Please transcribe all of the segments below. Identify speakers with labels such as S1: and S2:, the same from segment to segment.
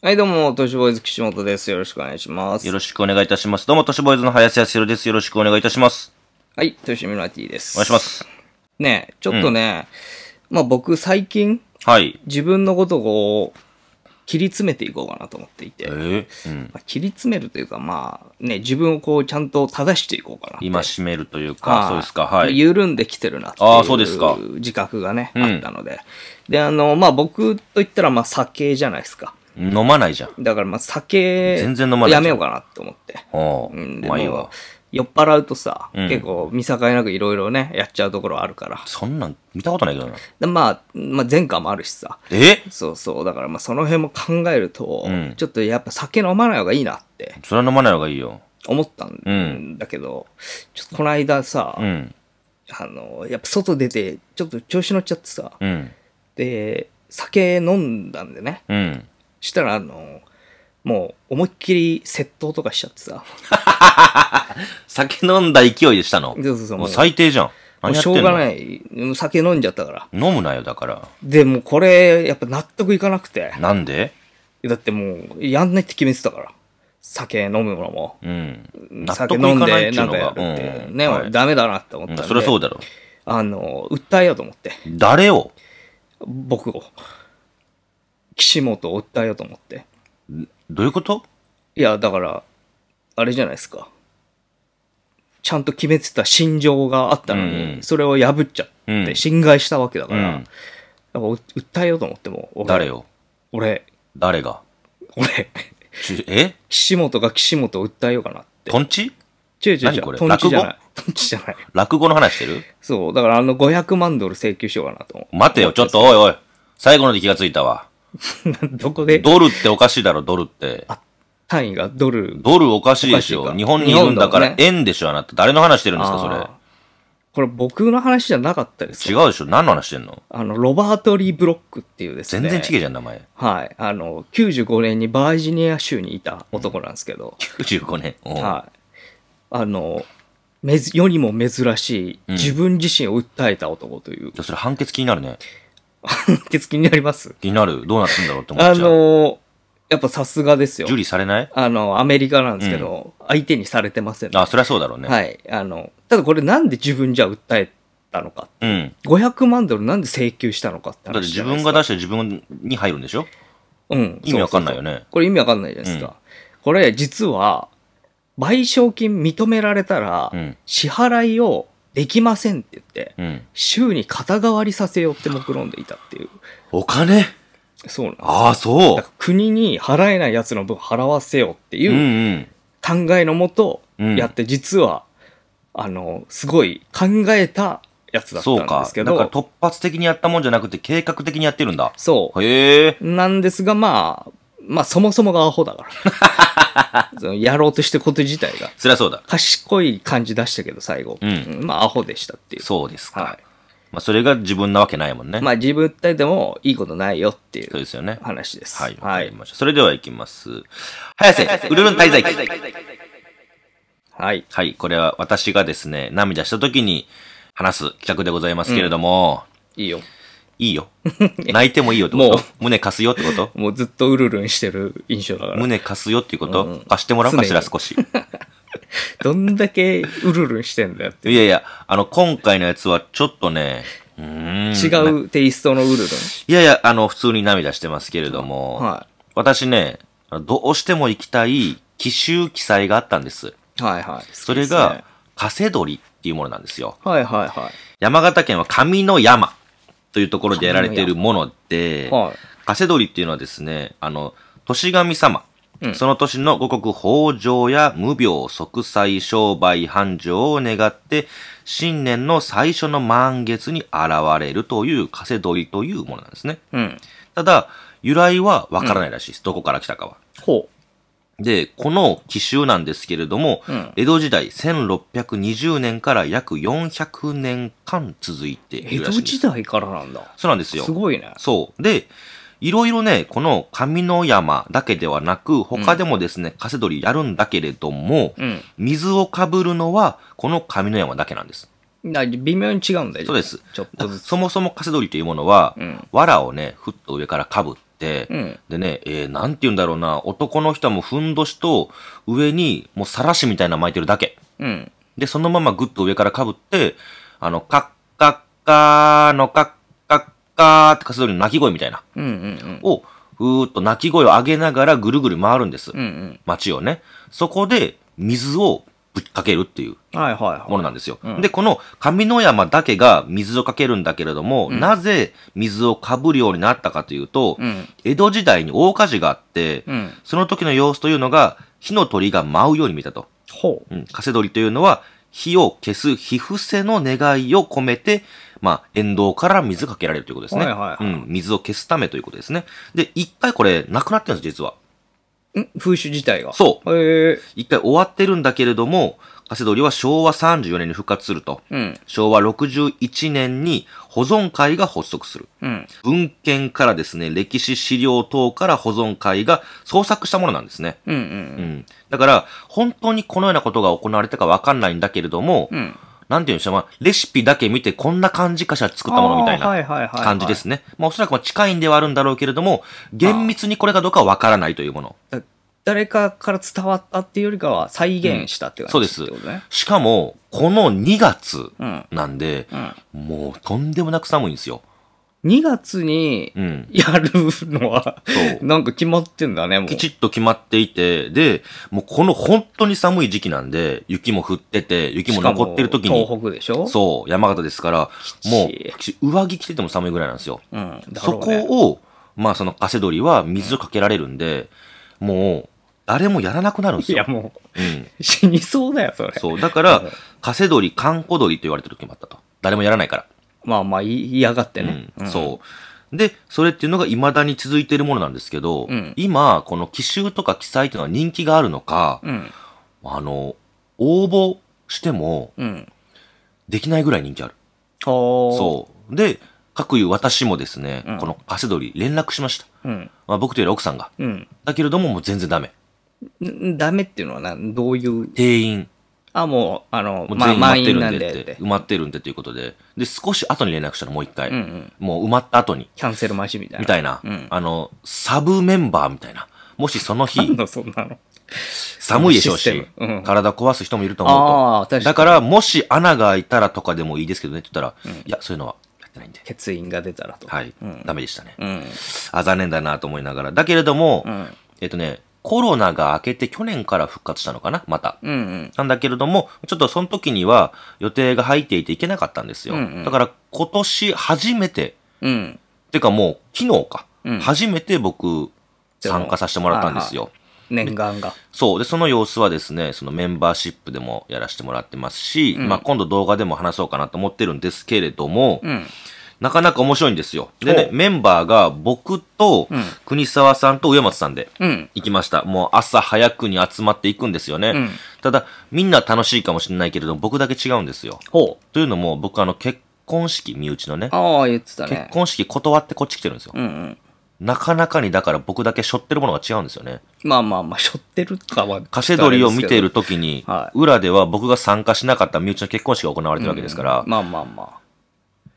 S1: はい、どうも、都市ボーイズ岸本です。よろしくお願いします。
S2: よろしくお願いいたします。どうも、都市ボーイズの林康弘です。よろしくお願いいたします。
S1: はい、都市ミラティです。
S2: お願いしま。す。
S1: ねえ、ちょっとね、まあ僕最近、
S2: はい。
S1: 自分のことをこう切り詰めていこうかなと思っていて、
S2: えー、うん。
S1: まあ切り詰めるというか、まあね、自分をこうちゃんと正していこうかなって。
S2: 今締めるという
S1: は
S2: か、
S1: い
S2: そうですか。はい。
S1: 緩んできてるなってい
S2: あーそうですか
S1: う自覚がね、
S2: うん
S1: あったので。で、あの、まあ僕といったら、まあ酒じゃないですか。
S2: 飲まないじゃん。
S1: だからまあ酒、
S2: 全然飲まないじゃ
S1: や
S2: ん
S1: めようかなって思って。
S2: おう
S1: うん、で
S2: まあいい
S1: も
S2: わ。
S1: 酔っ払うとさ、
S2: うん
S1: 結構見境なくいろいろね、やっちゃうところあるから。
S2: そんなん見たことないけどな。
S1: でまあ、まあ、前科もあるしさ。
S2: え
S1: そうそう。だからまあその辺も考えると、
S2: うん
S1: ちょっとやっぱ酒飲まない方がいいなって
S2: それは飲まない方がいいよ。
S1: 思った
S2: うんん
S1: だけど、ちょっとこの間さ、
S2: うん。
S1: あの、やっぱ外出て、ちょっと調子乗っちゃってさ、
S2: うん。
S1: で、酒飲んだんでね。
S2: うん。
S1: したらあの、もう思いっきり窃盗とかしちゃってさ。
S2: 酒飲んだ勢いでしたの。
S1: そうそうそう
S2: も
S1: もう
S2: う最低じゃん。
S1: も
S2: 何
S1: う
S2: や
S1: し
S2: っ
S1: てょ
S2: ん
S1: う
S2: の
S1: がない。酒飲んじゃったから。
S2: 飲むなよ、だから。
S1: で、もうこれ、やっぱ納得いかなくて。
S2: なんで
S1: だってもう、やんないって決めてたから。酒飲むのも。
S2: うん。納
S1: 酒
S2: 得い
S1: 飲ん
S2: かない
S1: で
S2: って
S1: な
S2: いう
S1: ん
S2: の
S1: かや
S2: が
S1: る。って。
S2: うん
S1: ね、
S2: はい
S1: 俺ダメだなって思った
S2: うんん
S1: で。
S2: そりゃそうだろ。
S1: あの、訴えようと思って。
S2: 誰を
S1: 僕を。岸本を訴えようと思って。
S2: どういうこと
S1: いや、だから、あれじゃないですか。ちゃんと決めてた心情があったのに、
S2: うん
S1: それを破っちゃっ
S2: う
S1: て、
S2: ん
S1: 侵害したわけだから、
S2: うん
S1: やっぱ訴えようと思っても、俺
S2: 誰を
S1: 俺、
S2: 誰が
S1: 俺、
S2: ちえ
S1: 岸本が岸本を訴えようかなって。
S2: とんち
S1: 違う違う違
S2: 何こ
S1: う。
S2: れ
S1: トンチじゃない。トンチじゃない。
S2: 落語の話してる
S1: そう。だからあの500万ドル請求しようかなと思
S2: 待てよ、ちょっと、おいおい。最後ので気がついたわ。
S1: う。 どこで
S2: ドルっておかしいだろ、ドルって。
S1: 単位がドル。
S2: ドルおかしいでし
S1: おかしいか
S2: ょ。日本にいるんだか
S1: 日本だも
S2: ら
S1: んね
S2: 円でしょ、あなた。誰の話してるんですか、そ
S1: あーこれ僕の話じゃなかったです。
S2: れ。違うでしょ。何の話してんの
S1: あの、ロバート・リー・ブロックっていうです
S2: 全
S1: ね。
S2: 然違えじゃん、名前。
S1: はい。あの、95年にバージニア州にいた男なんですけど、
S2: 95年。おう
S1: はい。あの、めず世にも珍しい、
S2: ん
S1: 自分自身を訴えた男という、
S2: じゃあそれ判決気になるね。
S1: 手つきになります
S2: 気になる。どうなってんだろうって思
S1: あ
S2: っちゃう。
S1: の、やっぱさすがですよ。
S2: 受理されない
S1: あの、アメリカなんですけど、相手にされてません、
S2: あ、そりゃそうだろうね。
S1: はい。あの、ただこれなんで自分じゃ訴えたのか。
S2: うん。
S1: 500万ドルなんで請求したのかって
S2: だって
S1: 話じ
S2: 自
S1: ゃないで
S2: 分
S1: すか。
S2: が出して自分に入るんでしょ
S1: うん。
S2: 意味わかんない
S1: そうそう
S2: よね
S1: そう。これ意味わかんないじゃないですか。これ実は、賠償金認められたら
S2: うん、
S1: 支払いをできませんって言って、
S2: うん。
S1: 州に肩代わりさせようって目論んでいたっていう。
S2: お金
S1: そうなんですよ
S2: ああ、そ。
S1: だから国に払えない奴の分払わせようっていうう
S2: うんうん。
S1: 考えのもと
S2: うん
S1: やって、実は、あの、すごい考えたやつだった
S2: そうん
S1: で
S2: か。
S1: すけ
S2: だから
S1: ど、
S2: 突発的にやったもんじゃなくて計画的にやってるんだ。
S1: そ
S2: へえ。
S1: う。なんですが、まあ、まあ、そもそもがアホだ から。そのやろうとしてること自体が。
S2: そりゃそうだ。
S1: 賢い感じ出したけど、最後。
S2: うん
S1: うまあ、アホでしたっていう。
S2: そうですか。
S1: は
S2: まあ、それが自分なわけないもんね。
S1: い。まあ、自分訴えてもいいことないよってい
S2: そ
S1: う
S2: うですよね。はい。
S1: 話です。
S2: わかりました。それでは行きます。早瀬、うるるん滞在記。
S1: はい。
S2: はい。これは私がですね、涙した時に話す企画でございますけれども、
S1: いいよ。
S2: いいよ。泣いてもいいよってこと
S1: もう
S2: 胸貸すよってこと
S1: もうずっとうるるんしてる印象だから。
S2: 胸貸すよっていうこと、
S1: うん
S2: 貸してもらおうかしら
S1: 常
S2: 少し。
S1: どんだけうるるんしてんだよって
S2: い
S1: いう。
S2: やいや、あの、今回のやつはちょっとね、うーん。
S1: 違うテイストのうるるん。
S2: いやいや、あの、普通に涙してますけれども、
S1: は
S2: 私ね、あのどうしても行きたい奇襲記載があったんです。
S1: い。はいはい。
S2: それ
S1: 好きですね
S2: が、カセドリっていうものなんですよ。
S1: はいはいは
S2: 山形県は上の山というところでやられているもので
S1: い。、は
S2: カセドリっていうのはですね、あの、年神様、
S1: うん
S2: その年の五穀豊穣や無病息災商売繁盛を願って、新年の最初の満月に現れるというカセドリというものなんですね。
S1: い。うん。
S2: ただ、由来はわからないらしいです。どこから来たかは。
S1: ほ
S2: で、この奇襲なんですけれども、
S1: うん
S2: 江戸時代1620年から約400年間続いて
S1: う。
S2: い
S1: 江
S2: るら
S1: 戸
S2: しいんです。
S1: 時代からなんだ。
S2: そうなんですよ。
S1: すごいね。
S2: そう。で、いろいろね、この上の山だけではなく、他でもですね、カセドリやるんだけれども、
S1: うん。
S2: 水をかぶるのは、この上の山だけなんです。
S1: な微妙に違うんだよ。
S2: そうです
S1: ちょっとずつ。
S2: そもそもカセドリというものは、
S1: うん。
S2: 藁をね、ふっと上からかぶって、
S1: うん
S2: でね、えーなんて言うんだろうな、男の人はもうふんどしと上にもうさらしみたいなの巻いてるだけ。
S1: うん。
S2: で、そのままぐっと上からかぶって、あの、カッカッカーのカッカッカーってカスドリの鳴き声みたいな、
S1: うんうん
S2: を、ふーっと鳴き声を上げながらぐるぐる回るんです
S1: うん。う。ん
S2: 街をね。そこで水をぶっかけるっていう。
S1: うん。はいはいはい。
S2: ものなんですよ。
S1: うん
S2: で、この上野山だけが水をかけるんだけれども、なぜ水をかぶるようになったかというと、
S1: うん
S2: 江戸時代に大火事があって、
S1: うん。
S2: その時の様子というのが、火の鳥が舞うように見えたと。
S1: ほう。
S2: うん、稼鳥というのは、火を消す火伏せの願いを込めて、まあ、沿道から水かけられるということですね。
S1: はいはいはい
S2: うん、水を消すためということですね。で、一回これ、なくなってるんです、実は。
S1: ん風習自体が。。
S2: そう
S1: へえ。
S2: 一回終わってるんだけれども、稼鳥は昭和34年に復活すると。
S1: うん。
S2: 昭和61年に保存会が発足する。
S1: うん。
S2: 文献からですね、歴史資料等から保存会が創作したものなんですね。
S1: うんう
S2: うんん。だから、本当にこのようなことが行われたかわかんないんだけれども、
S1: うん。うん。
S2: なんていうんでしょう、まあ、レシピだけ見てこんな感じかしら作ったものみたい
S1: あーは
S2: ない
S1: はいはいはい
S2: 感じですね。まあ、おそらくまあ近いんではあるんだろうけれども、厳密にこれかどうかはわからないというもの。
S1: だ誰かから伝わったっていうよりかは再現したって感じ、
S2: そうです
S1: ってことね。
S2: しかも、この2月
S1: うん。
S2: なんで
S1: う、ん。
S2: もうとんでもなく寒いんですよ。
S1: 2月に
S2: うん。
S1: やるのは、
S2: そ う。
S1: なんか決まってんだね、もう。
S2: きちっと決まっていて、で、もうこの本当に寒い時期なんで、雪も降ってて、雪も残ってる時
S1: しかも
S2: に、
S1: 東北でしょ
S2: そう、山形ですから、
S1: ちい
S2: もう、き上着着てても寒いぐらいなんですよ。
S1: う。うん。だろ
S2: そうこ
S1: ね
S2: を、まあそのカセドリは水をかけられるんで、もう、誰もやらなくなるんです
S1: いや
S2: よ。
S1: も
S2: うん。
S1: う、死にそうだよ、それ。
S2: そう。だか
S1: う
S2: ら
S1: ん、
S2: カセドリ、カンコドリと言われてる時もあったと。誰もやらないから。
S1: まあまあ、言いやがってね。
S2: うん、そう。で、それっていうのが未だに続いているものなんですけど、
S1: うん
S2: 今、この奇襲とか記載というのは人気があるのか、
S1: うん。うん。
S2: あの、応募しても
S1: うん。
S2: できないぐらい人気ある。
S1: ほー
S2: そう。で、各言う私もですね、
S1: うん
S2: このカセドリ連絡しました。
S1: う。うん。
S2: まあ、僕というより奥さんが。
S1: うん。
S2: だけれども、もう全然ダメ。
S1: んダメっていうのはな、どういう、
S2: 定員。
S1: あ、もう、あの、
S2: もう
S1: ま
S2: 全員埋まっ
S1: 満
S2: て
S1: 員
S2: る
S1: なんん
S2: で
S1: で
S2: っ。
S1: ってて
S2: 埋。まってるんでということで。で、少し後に連絡したの、もう一回。
S1: うんうん。
S2: もう埋まった後に。
S1: キャンセル待ちみたいな。
S2: みたいな、
S1: うん。
S2: あの、サブメンバーみたいな。もしその
S1: なん
S2: 日、
S1: だ、そんなの。
S2: 寒いでしょう
S1: シス
S2: し
S1: テ、ムうん
S2: 体壊す人もいると思
S1: ああ、
S2: う
S1: 確
S2: と。
S1: か
S2: だ
S1: に。
S2: から、もし穴が開いたらとかでもいいですけどねって言ったら、
S1: うん
S2: いや、そういうのはやってないんで。
S1: 欠員が出たらと。
S2: はい、
S1: うん
S2: ダメでしたね。
S1: うん。
S2: あ、残念だなと思いながら。だけれども、
S1: うん。
S2: えっとね、コロナが明けて去年から復活したのかなまた。
S1: うんうん。
S2: なんだけれども、ちょっとその時には予定が入っていて行けなかったんですよ。
S1: うんうん
S2: だから今年初めて、
S1: うん。
S2: てかもう昨日か、
S1: うん
S2: 初めて僕
S1: でも
S2: 参加させてもらったんですよ。
S1: 念願が。
S2: そう。で、その様子はですね、そのメンバーシップでもやらせてもらってますし、
S1: うん
S2: まあ今度動画でも話そうかなと思ってるんですけれども、
S1: うん。
S2: なかなか面白いんですよ。でね
S1: ほ、う
S2: メンバーが僕と
S1: うん
S2: 国沢さんと上松さんで
S1: うん。
S2: 行きました。もう朝早くに集まっていくんですよね。
S1: うん
S2: ただ、みんな楽しいかもしれないけれども、僕だけ違うんですよ。
S1: ほう。
S2: というのも、僕あの結婚式、身内のね、
S1: ああ、言ってたね。
S2: 結婚式断ってこっち来てるんですよ。
S1: うんうん。
S2: なかなかにだから僕だけ背負ってるものが違うんですよね。
S1: まあまあまあ、しょってるかは。
S2: カセドリを見てい
S1: る
S2: る時に、
S1: は
S2: 裏では僕が参加しなかった身内の結婚式が行われてるわけですから、
S1: まあまあま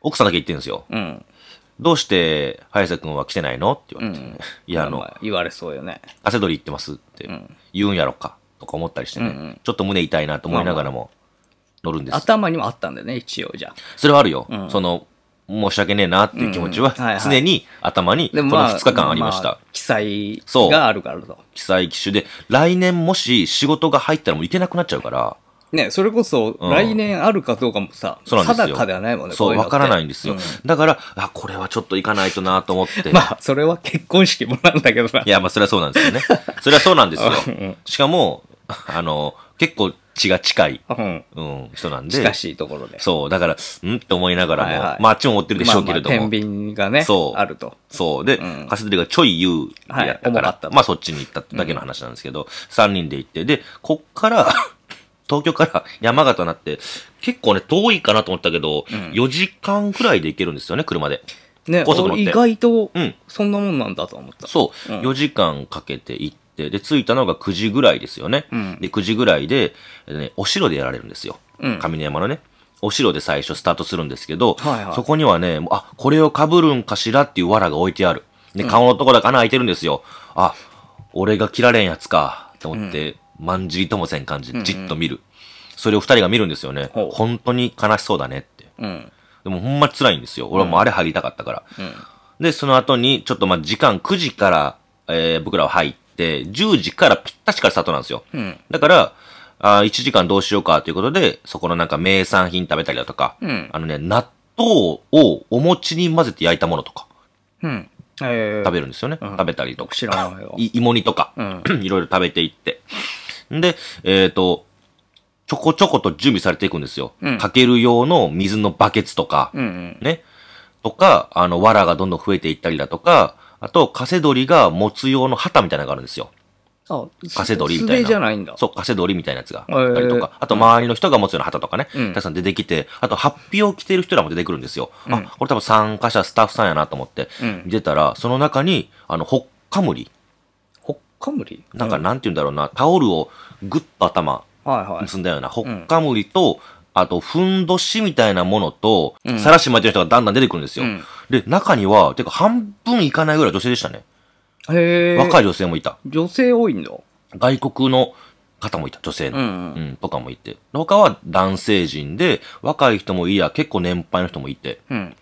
S2: 奥さんだけ言ってるんですよ。
S1: あ。うん。
S2: どうして、早瀬くんは来てないのって言
S1: う
S2: われて、
S1: ん。
S2: いや、あ
S1: ま
S2: の、
S1: ま言われそうよね。
S2: カセドリ行ってますって
S1: ん
S2: 言うんやろか、とか思ったりしてね、
S1: うんうん
S2: ちょっと胸痛いなと思いながらも乗るんです。
S1: 頭にもあったんだよね、一応じゃあ。
S2: それはあるよ。
S1: ん
S2: その、申し訳ねえなっていう気持ちは
S1: うんはいはい
S2: 常に頭にこ
S1: で
S2: の
S1: もまあ、
S2: 2日間ありました。
S1: あ記載
S2: そう
S1: があるからと。
S2: 記載機種で、来年もし仕事が入ったらもう行けなくなっちゃうから、
S1: ね、それこそ、
S2: うん
S1: 来年あるかどうかもさ、
S2: そうなんですよ
S1: 定かではないもんね。
S2: そう、わからないん
S1: で
S2: ですよ。だから、あ、これはちょっと行かないとなと思っ て。
S1: まあ、それは結婚式もなんだけどな。
S2: いや、まあ、それはそうなんで すよね。それはそうなんですよ
S1: うんうん。
S2: しかも、あの、結構血が近い、
S1: うん。
S2: うん、人なんで。
S1: 近しいところで。
S2: そう、だから、んって思いながらも、
S1: はいはい
S2: まあ、あっちも持ってるでしょうけれども。
S1: まあまあ天秤がね
S2: そ、う
S1: あると。
S2: そう。で、
S1: うん
S2: カセドリがちょい言うってやった
S1: はい重
S2: か、
S1: からったと
S2: まあそっちに行っただけの話なんですけど、三3人で行って、で、こっから、 東京から山形になって、結構ね、遠いかなと思ったけど、
S1: ん
S2: 4時間くらいで行けるんですよね、車で。
S1: ね、
S2: 高速乗っ
S1: 俺
S2: て
S1: 意外と
S2: うん、
S1: そんなもんなんだと思った。
S2: そう、
S1: うん
S2: 4時間かけて行って、で、着いたのが9時ぐらいですよね。
S1: うん
S2: で、9時ぐらいで、えーね、お城でやられるんですよ。
S1: うん
S2: 上根山のね。お城で最初スタートするんですけど、
S1: はいはい
S2: そこにはね、もうあ、これを被るんかしらっていう藁が置いてある。で、顔のところだけ穴開いてるんですよ。あ、俺が切られんやつか、と思って、まんじりともせん感じで、じっと見る。それを二人が見るんですよね。
S1: ほう
S2: 本当に悲しそうだねって。
S1: うん。
S2: でもほんま辛いんですよ。俺はもうあれ入りたかったから。で、その後に、ちょっとまあ時間9時から、えー僕らは入って、10時からぴったしからスタートなんですよ。
S1: うん。
S2: だから、あ1時間どうしようかということで、そこのなんか名産品食べたりだとか、
S1: うん
S2: あのね、納豆をお餅に混ぜて焼いたものとか
S1: うん。えー、
S2: 食べるんですよね。
S1: うん
S2: 食べたりとか。
S1: 知らないわ
S2: い芋煮とか、
S1: う
S2: いろいろ食べていって。で、えっ、と、ちょこちょこと準備されていくんですよ。
S1: うん
S2: かける用の水のバケツとか、
S1: うんうん。
S2: ね。とか、あの、藁がどんどん増えていったりだとか、あと、カセドリが持つ用の旗みたいなのがあるんですよ。
S1: あ、
S2: カセドリみたいな。
S1: 素手じゃないんだ。
S2: そう、カセドリみたいなやつが。
S1: へー
S2: あったりとか。あと、周りの人が持つような旗とかね。
S1: うん
S2: たくさん出てきて、あと、ハッピーを着てる人らも出てくるんですよ。
S1: うん
S2: あ、これ多分参加者、スタッフさんやなと思って、
S1: うん
S2: 見てたら、その中に、あの、ほっかむり。
S1: ほっかむり
S2: なんか、なんて言うんだろうな、タオルをぐっと頭、
S1: うんはいはい。
S2: 結んだような、ほっかむりと、あと、ふんどしみたいなものと、
S1: うん
S2: さらし巻いてる人がだんだん出てくるんですよ。
S1: うん
S2: で、中には、てか半分いかないぐらい女性でしたね。
S1: へえ。
S2: 若
S1: い。
S2: い女性もいた。
S1: 女性多いんだ。
S2: 外国の方もいた、女性の。
S1: うんう
S2: うん、とかもいて。他は男性陣で、若い人もいや、結構年配の人もいて。
S1: うん。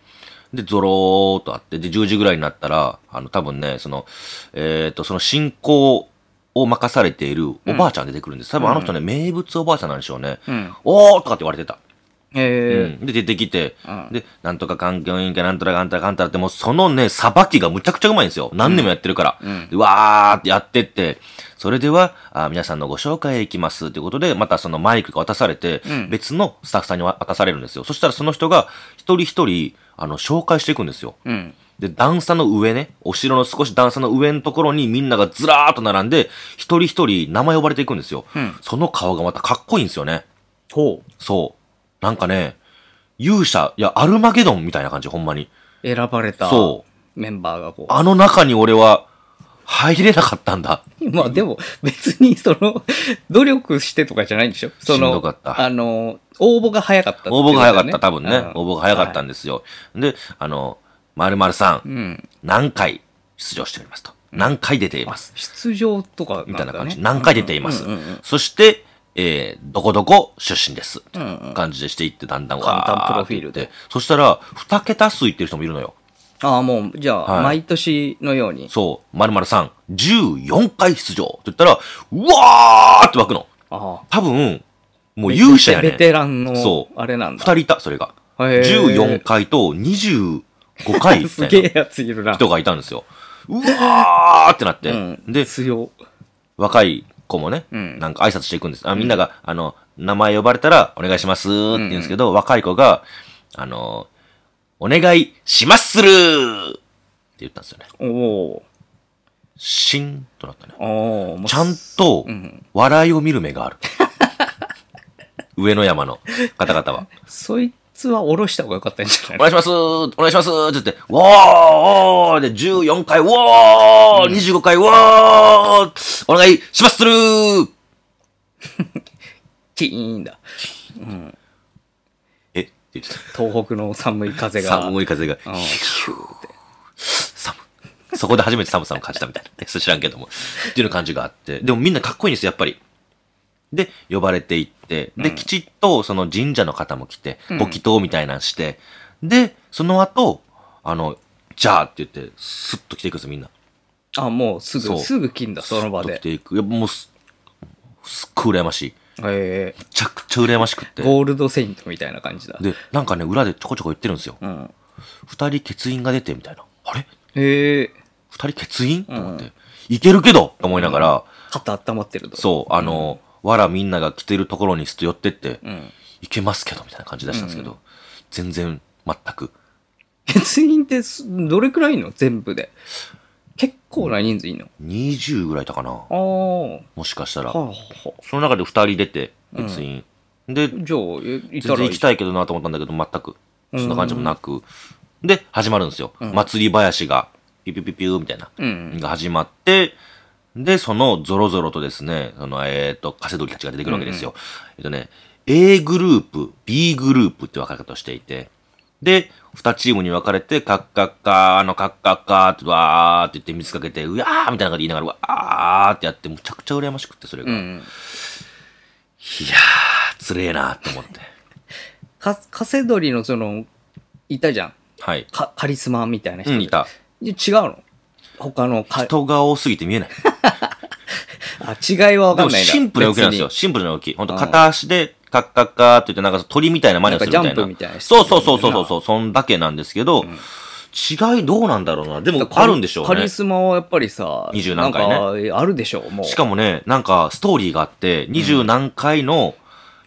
S2: で、ゾローっとあって、で、10時ぐらいになったら、あの、多分ね、その、えっ、と、その進行を任されているおばあちゃん出てくるんです。多分あの人ね、名物おばあちゃんなんでしょうね。
S1: うん。
S2: おーとかって言われてた。う
S1: へえ。
S2: ん。で、出てきて、
S1: うん
S2: で、なんとか環境委員会、なんとかかんたらかんたらって、もうそのね、さばきがむちゃくちゃうまいんですよ。何年もやってるから。
S1: うん
S2: でわーってやってって、それでは、あ皆さんのご紹介へ行きます。ということで、またそのマイクが渡されて、
S1: うん
S2: 別のスタッフさんに渡されるんですよ。そしたらその人が、一人一人、あの、紹介していくんですよ。
S1: うん。
S2: で、段差の上ね、お城の少し段差の上のところにみんながずらーっと並んで、一人一人名前呼ばれていくんですよ。
S1: うん
S2: その顔がまたかっこいいんですよね。
S1: ほう。
S2: そう。なんかね、勇者、いや、アルマゲドンみたいな感じ、ほんまに。
S1: 選ばれた。
S2: そう。
S1: メンバーがこう。
S2: あの中に俺は入れなかったんだ。
S1: まあでも別にその努力してとかじゃないんでしょその
S2: しんどかった
S1: あの応募が早かったっていう
S2: 応
S1: こ
S2: 募
S1: と
S2: が
S1: だ
S2: 早
S1: よ
S2: かっ
S1: ね
S2: た、多分
S1: う
S2: ね。
S1: ん
S2: 応募が早かったんですよ。で、あの、〇〇さ、
S1: うんん
S2: 何回出場しておりますと。何回出ています。
S1: 出場とか
S2: み
S1: み
S2: たいな感じ。何回出ています
S1: うんうんうん。
S2: そして、えー、どこどこ出身です。
S1: うんうん
S2: 感じでしていって、だんだん
S1: 簡単
S2: わーって
S1: プロフィールで
S2: いってそしたら、二桁数いってる人もいるのよ。
S1: ああもうじゃあ、
S2: はい
S1: 毎年のように
S2: そう、〇〇さん、14回出場って言ったら、うわーって湧くの。
S1: ああ
S2: 多分、もう勇者やね
S1: ベテランの
S2: そう
S1: あれなん
S2: 二
S1: だ
S2: 人いた、それが。
S1: へー
S2: 14回と25回 み
S1: す
S2: た
S1: げ
S2: いな
S1: えやついるな
S2: 人がいたんですよ。うわーってなって。
S1: うん、
S2: で、
S1: 強
S2: 若い子もね、
S1: うん
S2: なんか挨拶していくんです。あみんなが、あの、名前呼ばれたら、お願いしますって言うんですけど、若い子が、あの、お願いしまするーって言ったんですよね。
S1: おお
S2: シーンとなったね。
S1: ーおーもう
S2: ちゃんと
S1: ん、
S2: 笑いを見る目が ある。上野山の方々は。
S1: そいつは下ろした方がよかったんじゃな
S2: お
S1: い
S2: 願いしますお願いしますって言って、ウォーおーで、14回、ウォー !25 回、ウォーお願いしまするー
S1: キーンだ
S2: えって言ってた。
S1: 東北の寒い風が
S2: 寒い風が、
S1: うんヒューって
S2: 寒い。そこで初めて寒さを感じたみたいなね。知らんけども。っていうような感じがあって。でもみんなかっこいいんですよ、やっぱり。で、呼ばれていって、で、きちっと、その神社の方も来て、ご祈祷みたいなんして、で、その後、あの、じゃあって言って、スッと来ていくんですよ、みんな。
S1: あ、もうす
S2: そ
S1: ぐ、
S2: う
S1: すぐ金だ、その場
S2: スッと来
S1: で。
S2: ていく。いや、もうす、すっごい羨ましい。
S1: え
S2: めちゃくちゃ羨ましくって
S1: ー、。ゴールドセイントみたいな感じだ。
S2: で、なんかね、裏でちょこちょこ言ってるんですよ。
S1: うん。
S2: 二人欠員が出て、みたいな。あれ
S1: えー、
S2: 二人欠員と思って。いけるけどと思いながら、
S1: 肩温まってると。
S2: そう、あの、わらみんなが来てるところにすっと寄ってって、
S1: うん。
S2: いけますけど、みたいな感じ出したんですけど、全然、全く。
S1: 欠員ってす、どれくらいいんの全部で。結構な人数いんの。
S2: 20ぐらいいたかな
S1: あー、
S2: もしかしたら。
S1: はあ、は
S2: その中で二人出て、欠員。で、
S1: あ。じゃあ、えいたら
S2: 全
S1: い
S2: 然行
S1: い
S2: きたいけどなと思ったんだけど、全く。そんな感じもなく。で、始まるんですよ。祭り林が、ピュピュピュピュみたいな、
S1: うん
S2: が始まって、で、そのゾロゾロとですね、その、えっ、と、カセドリたちが出てくるわけですよ。えっとね、A グループ、B グループって分かれ方をしていて、で、二チームに分かれて、カッカッカー、あのカッカッカーって、わーって言って水かけて、うわーみたいな感じで言いながら、わーってやって、むちゃくちゃ羨ましくって、それが。
S1: う
S2: いや
S1: ん。
S2: ー、つれえなーって思って。
S1: か、カセドリのその、いたじゃん。
S2: はい。
S1: かカリスマみたいな人
S2: う
S1: で。
S2: ん、いた。
S1: で違うの他のか、
S2: 人が多すぎて見えない。
S1: あ、違いはわ
S2: で
S1: か
S2: も
S1: んないな。
S2: シンプルな動きなんですよ。
S1: 別
S2: シンプルな動き。ほんと
S1: うん
S2: 片足で、カッカッカーって言って、なんか鳥みたいな真似をするみたいな。
S1: なんかジャンプみたいな
S2: そうそうそうそうそうそう、そんだけなんですけど、違いどうなんだろうな。で
S1: に
S2: も、あるんでしょ
S1: カ
S2: う
S1: リ
S2: ね。
S1: スマはやっぱりさ、
S2: 20何回ね
S1: なんか、あるでしょう、もう。
S2: しかもね、なんか、ストーリーがあって、二十何回の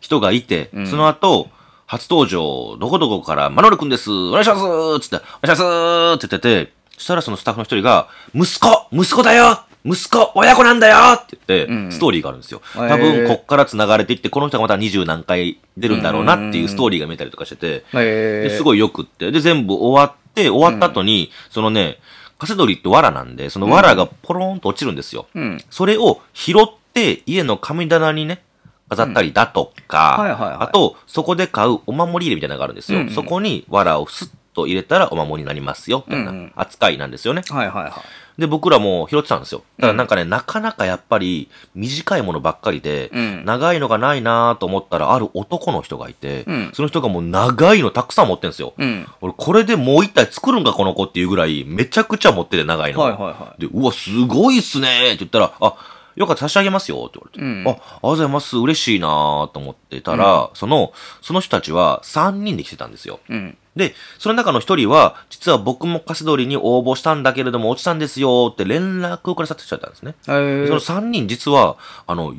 S2: 人がいて、その後、初登場、どこどこから、マノル君です、お願いしますつって、お願いしますって言ってて、そしたらそのスタッフの一人が、息子息子だよ息子親子なんだよって言って、
S1: ん
S2: ストーリーがあるんですよ。
S1: へー
S2: 多分、こっから繋がれていって、この人がまた二十何回出るんだろうなっていうストーリーが見えたりとかしてて、
S1: へー
S2: ですごいよくって。で、全部終わって、終わった後に、そのね、カセドリって藁なんで、その藁がポロンと落ちるんですよ。
S1: うん。
S2: それを拾って家の神棚にね、飾ったりだとか、
S1: うんはいはいはい
S2: あと、そこで買うお守り入れみたいなのがあるんですよ。
S1: うんうん
S2: そこに藁をスッと入れたらお守りになりますよ、みたい
S1: うんうん
S2: な扱いなんですよね。
S1: はいはいはい。
S2: で、僕らも拾ってたんですよ。ただなんかね、なかなかやっぱり短いものばっかりで、
S1: うん
S2: 長いのがないなと思ったら、ある男の人がいて、
S1: うん
S2: その人がもう長いのたくさん持ってるんですよ。
S1: うん。
S2: 俺、これでもう一体作るんか、この子っていうぐらい、めちゃくちゃ持ってて、長いの。
S1: はいはいはい
S2: で、うわ、すごいっすねって言ったら、あ、よかったら差し上げますよって言
S1: うん
S2: われて、あ、ありがとうございます、嬉しいなと思ってたら、その、その人たちは3人で来てたんですよ。
S1: うん。
S2: で、その中の一人は、実は僕もカセドリに応募したんだけれども落ちたんですよって連絡をくださってきちゃったんですね。
S1: えー
S2: その3人実は、あの、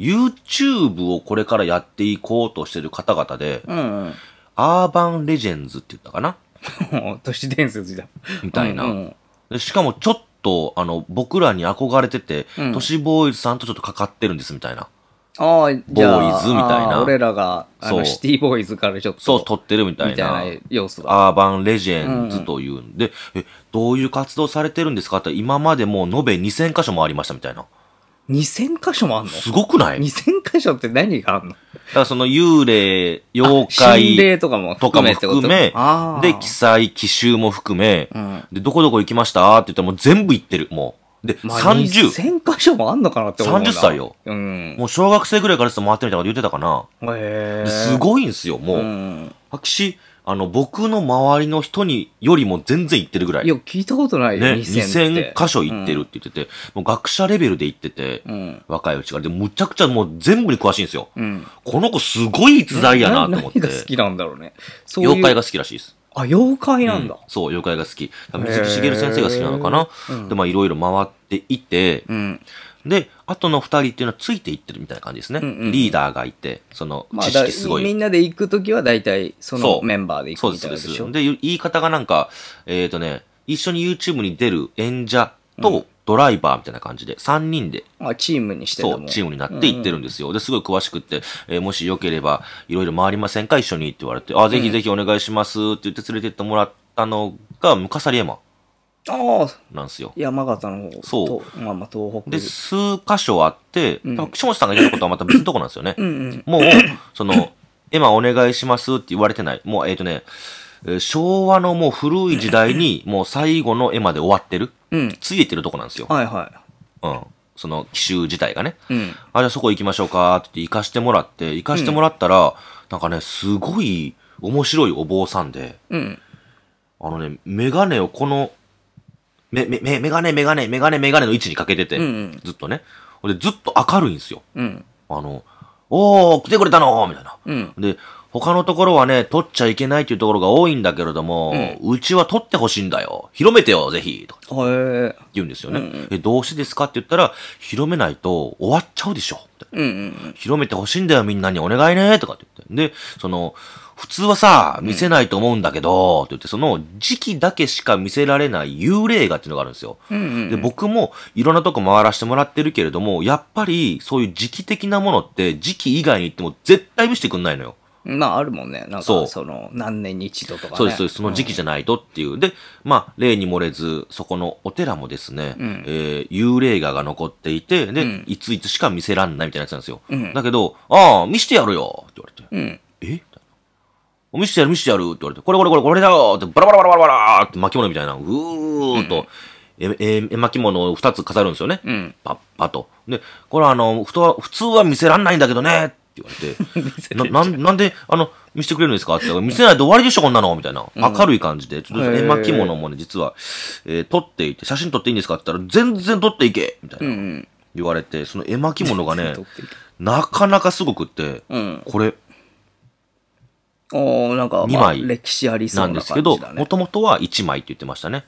S2: YouTube をこれからやっていこうとしてる方々で、
S1: うんうん。
S2: アーバンレジェンズって言ったかな
S1: もう 都市伝説だ。
S2: みたいな。
S1: うんうん
S2: でしかもちょっと、あの、僕らに憧れてて、
S1: うん
S2: 都市ボーイズさんとちょっとかかってるんですみたいな。
S1: ああ、じゃあ、
S2: ボーイズみたいな
S1: あー俺らが、あ
S2: そ
S1: の、
S2: う
S1: シティボーイズからちょっと、
S2: そう、撮ってるみた
S1: み
S2: いな
S1: た。いな要素だ。
S2: アーバンレジェンズというんで、え、どういう活動されてるんですかって今までもう延べ2000箇所もありましたみたいな。
S1: 2000箇所もあんの
S2: すごくないだ
S1: ?2000 箇所って何があんの
S2: からその幽霊、妖
S1: 心霊
S2: 怪
S1: とかも
S2: と
S1: 含
S2: かも
S1: めってこと
S2: 含め
S1: あ、
S2: で、記載、奇襲も含め
S1: ん、
S2: で、どこどこ行きましたって言ったらもう全部行ってる、もう。で、30。
S1: 1000箇所もあんのかなって思うな。
S2: 30歳よ。
S1: うん。
S2: もう小学生ぐらいからずっと回ってみたいなこと言ってたかな。
S1: へえ。
S2: ですごいんすよ、もう。
S1: うん。
S2: 私、あの、僕の周りの人によりも全然行ってるぐらい。
S1: いや、聞いたことないよ、
S2: ね、
S1: 2000って。
S2: 2000箇所行ってるって言ってて、もう学者レベルで行ってて、
S1: うん。
S2: 若いうちから。で、むちゃくちゃもう全部に詳しいんですよ。
S1: うん。
S2: この子すごい逸材やなと思って。
S1: 何が好きなんだ ろうね。そういう
S2: 妖怪が好きらしいです。
S1: あ、妖怪なんだ
S2: うん。そう、妖怪が好き。多分水木しげる先生が好きなのかな。で、まあいろいろ回っていて、
S1: うん。
S2: で、後の二人っていうのはついていってるみたいな感じですね。
S1: うんうんうん
S2: リーダーがいて、その
S1: まあ、
S2: 知
S1: だ
S2: 識すごい。
S1: みんなで行くときは大体、そ
S2: そ
S1: の
S2: う
S1: メンバーで
S2: そ
S1: 行
S2: う
S1: く
S2: で
S1: みた
S2: す、
S1: い
S2: で
S1: なでし
S2: す。
S1: ょ。
S2: で、言い方がなんか、えっ、とね、一緒に YouTube に出る演者とドライバーみたいな感じで、3人で、
S1: あ、チームにしてたも
S2: そう、
S1: ん。
S2: チームになって行ってるんですよ。で、すごい詳しくって、えーもしよければ、いろいろ回りませんか一緒にって言われて、あ、ぜひぜひお願いしますって言って連れてってもらったのが、ムカサリエマ
S1: ああ、
S2: なんですよ。
S1: 山形の方。
S2: そう
S1: と。まあまあ、東北
S2: で、数箇所あって、
S1: ん
S2: 多分岸本さんがいたとことはまた別のとこなんですよね。
S1: うんうん。
S2: もう、その、エマお願いしますって言われてない。もう、えっ、とね、えー昭和のもう古い時代に、もう最後のエマで終わってる。
S1: うん。
S2: ついてるとこなんですよ。
S1: はいは
S2: うん。その奇襲自体がね。
S1: い。うん。
S2: あ、じゃあそこ行きましょうかって言って行かしてもらって、行かしてもらったら、なんかね、すごい面白いお坊さんで、
S1: うん。
S2: あのね、メガネをこの、め、め、め、メガネ、メガネ、メガネ、メガネの位置にかけてて、
S1: うんうん
S2: ずっとね。ほんで、ずっと明るいんですよ。
S1: うん。
S2: あの、おー、来てくれたのみたいな。
S1: うん。
S2: で、他のところはね、取っちゃいけないというところが多いんだけれども、うちは取ってほしいんだよ。広めてよ、ぜひ。とか
S1: へえ。
S2: 言うんですよね。え、どうしてですかって言ったら、広めないと終わっちゃうでしょ。みたいな
S1: うんうん。
S2: 広めてほしいんだよ、みんなにお願いね。とかって言って。で、その、普通はさ、見せないと思うんだけど、って言って、その時期だけしか見せられない幽霊画っていうのがあるんですよ。
S1: うんうん。
S2: で、僕もいろんなとこ回らせてもらってるけれども、やっぱりそういう時期的なものって時期以外に行っても絶対見せてくんないのよ。
S1: まあ、あるもんね。なんか、
S2: そう
S1: その、何年に一度とかね。
S2: そうです、そうです。その時期じゃないとっていう。で、まあ、例に漏れず、そこのお寺もですね、えー幽霊画が残っていて、で、いついつしか見せらんないみたいなやつなんですよ。だけど、ああ、見してやるよって言われて。
S1: うん。
S2: えみたいな見してやる、見してやるって言われて、これこれこれこれだよって、バラバラバラバラバラって巻物みたいな、うーっと、え、え、え巻物を2つ飾るんですよね。
S1: うん
S2: パッパと。で、これはあの、ふとは普通は見せらんないんだけどねって言 われて、ななんなんで、あの、見せてくれるんですかって言ったら、見せないと終わりでしょ、こんなのみたいな。明るい感じで、ちょっとその
S1: へ
S2: 絵
S1: ー
S2: 巻物もね、実は、えー撮っていて、写真撮っていいんですかって言ったら、全然撮っていけみたいな、
S1: ん
S2: 言われて、その絵巻物 がね
S1: 撮っ、ていけ
S2: なかなかすごくって、
S1: うん
S2: これ、
S1: おーなんか、
S2: 二
S1: まあ
S2: 枚
S1: 歴史ありそ
S2: な
S1: うん
S2: で
S1: な
S2: す
S1: 感
S2: け
S1: じだ、
S2: ど、
S1: ね、
S2: もともとは1枚って言ってましたね。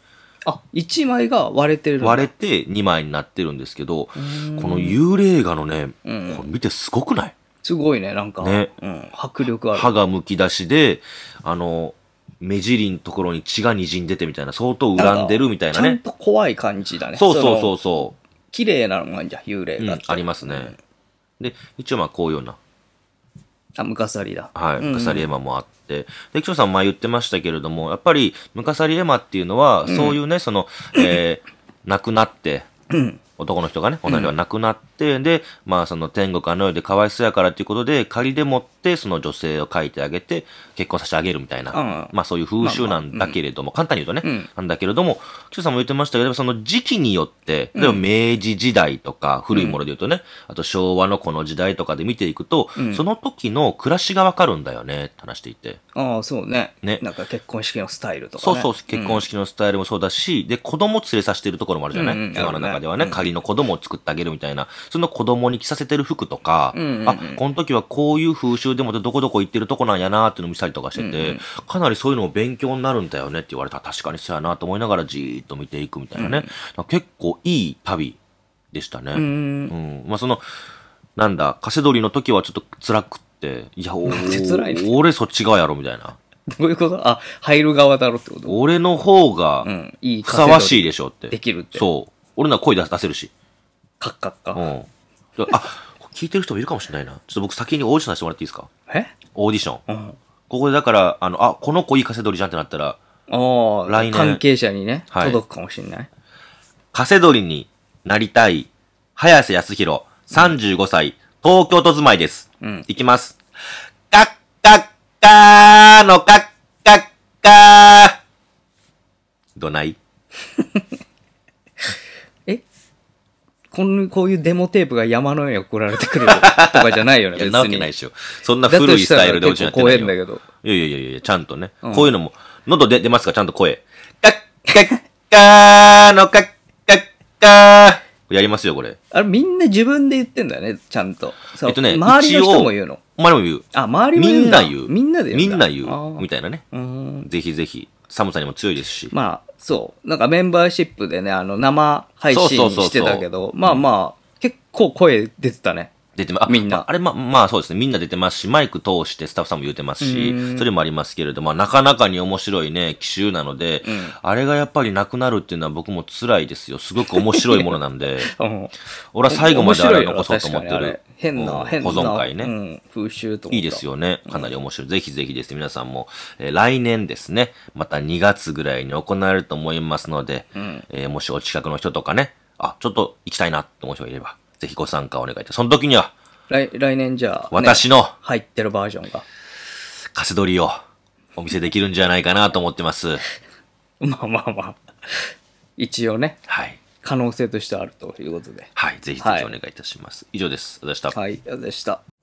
S1: あ一枚が割れてるんだ
S2: 割れて2枚になってるんですけど、
S1: ーん
S2: この幽霊画のね、
S1: うん
S2: これ見てすごくない
S1: すごいねなんか、
S2: ね
S1: うん、迫力あ
S2: 歯
S1: る
S2: がむき出しで、あの、目尻のところに血が滲んでてみたいな、相当恨んでるみたいな
S1: ちゃん
S2: ね。
S1: と怖い感じだね
S2: そうそうそううそ
S1: 綺麗なのがあんじゃん幽霊
S2: う。う
S1: が
S2: ん、ありますね。で、一応まあこういうような、
S1: あムカサリだ
S2: はい、
S1: うん
S2: ムカサリエマもあって、で、キョさんも前言ってましたけれども、やっぱりムカサリエマっていうのは、そういうね、その、えー、亡くなって、
S1: うん
S2: 男の人がね、女の人が亡くなって、で、まあその天国あの世でかわいそうやからということで、仮でもってその女性を書いてあげて、結婚させてあげるみたいな、
S1: うん
S2: まあそういう風習なんだけれども、簡単に言うとね、
S1: うん
S2: なんだけれども、岸田さんも言ってましたけど、その時期によって、例えば明治時代とか、古いもので言うとね、あと昭和のこの時代とかで見ていくと、
S1: うん
S2: その時の暮らしがわかるんだよね、って話していて。
S1: ああそうね
S2: ね
S1: なんか結婚式のスタイルとか、
S2: そ
S1: ね、
S2: うそう、結婚式のスタイルもそうだし、で、子供連れさせてるところもあるじゃない、
S1: うんうん
S2: 世の
S1: ある
S2: 中
S1: ね
S2: ではね、仮の子供を作ってあげるみたいな、その子供に着させてる服とか、
S1: うんうんうん
S2: あ、この時はこういう風習でもってどこどこ行ってるとこなんやなーっていうのを見せたりとかしてて、かなりそういうのも勉強になるんだよねって言われたら確かにそうやなと思いながらじーっと見ていくみたいなね。だから結構いい旅でしたね。
S1: ううん
S2: うん。まあ、その、なんだ、カセドリの時はちょっと辛くって、いや、お
S1: 辛いね
S2: 俺そっち側やろみたいな。
S1: どういうことあ入る側だろってこと
S2: 俺の方が、
S1: うんいい
S2: ふさわしい
S1: で
S2: でしょって。
S1: できるって
S2: そう。俺なら声出出せるし。
S1: カッカッカ、
S2: うん。あ、これ聞いてる人もいるかもしれないな。ちょっと僕先にオーディションさせてもらっていいですか
S1: え
S2: オーディション。
S1: うん
S2: ここでだから、あの、あ、この子いいカセドリじゃんってなったら、
S1: ああ、
S2: 来年
S1: 関係者にね、
S2: はい
S1: 届くかもしれない。
S2: カセドリになりたい、早瀬康弘、35歳、東京都住まいです。
S1: うん
S2: いきます。カッカッカーのカッカッカー。どない
S1: えこのこういうデモテープが山の上に送られてく るとかじゃないよね、
S2: いや、
S1: 別
S2: なわけないで
S1: に。
S2: しょ。そんな古いスタイルで落ち
S1: 結
S2: な
S1: 構
S2: ってな
S1: 怖え
S2: いよ
S1: んだけど。
S2: いやいやいやいや、ちゃんとね。
S1: うん
S2: こういうのも、喉で出ますから、ちゃんと声。 カッカッカーのカッカッカー。やりますよ、これ。
S1: あれ、みんな自分で言ってんだよね、ちゃんと。そう
S2: えっとね、
S1: 周りの
S2: 一
S1: 人
S2: 応
S1: も言うの。。
S2: お前も言う。
S1: あ、周りも
S2: み
S1: 言うんだ
S2: な言う。
S1: みんなで言
S2: み
S1: うんん
S2: な
S1: だ。
S2: 言う。み
S1: た
S2: たいなね。
S1: いな。
S2: ぜひぜひ。寒さにも強いですし。
S1: まあ、そう。なんかメンバーシップでね、あの、生配信
S2: そうそうそうそう
S1: してたけど、まあまあ、結構声出てたね。
S2: 出てま、あ
S1: みんな
S2: まああれ、ま、まあそうですね。みんな出てますし、マイク通してスタッフさんも言うてます
S1: う
S2: し、
S1: ん
S2: それもありますけれども、まあなかなかに面白いね、奇襲なので、
S1: ん
S2: あれがやっぱりなくなるっていうのは僕も辛いですよ。すごく面白いものなん で。
S1: うん。
S2: 俺は最後まであれを
S1: 面
S2: 残そ
S1: 白
S2: う
S1: い
S2: と
S1: よ確かにあ
S2: 思ってる
S1: れ。変
S2: う
S1: な、
S2: ん
S1: 変
S2: 保
S1: な。
S2: 存会
S1: う
S2: ね。
S1: ん、風習と思った
S2: いいですよね。かなり面白い。ぜひぜひですね、皆さんも、えー来年ですね、また2月ぐらいに行われると思いますので、えーもしお近くの人とかね、あ、ちょっと行きたいなって思う人がいれば、ぜひご参加お願いいたします。その時には、
S1: 来来年じゃあ、ね
S2: 私の
S1: 入ってるバージョンが。
S2: カセドリをお見せできるんじゃないかなと思ってます。
S1: まあまあまあ。一応ね、
S2: はい。
S1: 可能性としてはあるということで。
S2: はい。ぜひぜひお願いいたします。以上です。ありがとうございまし
S1: はい、ありがとう
S2: た。
S1: ございました。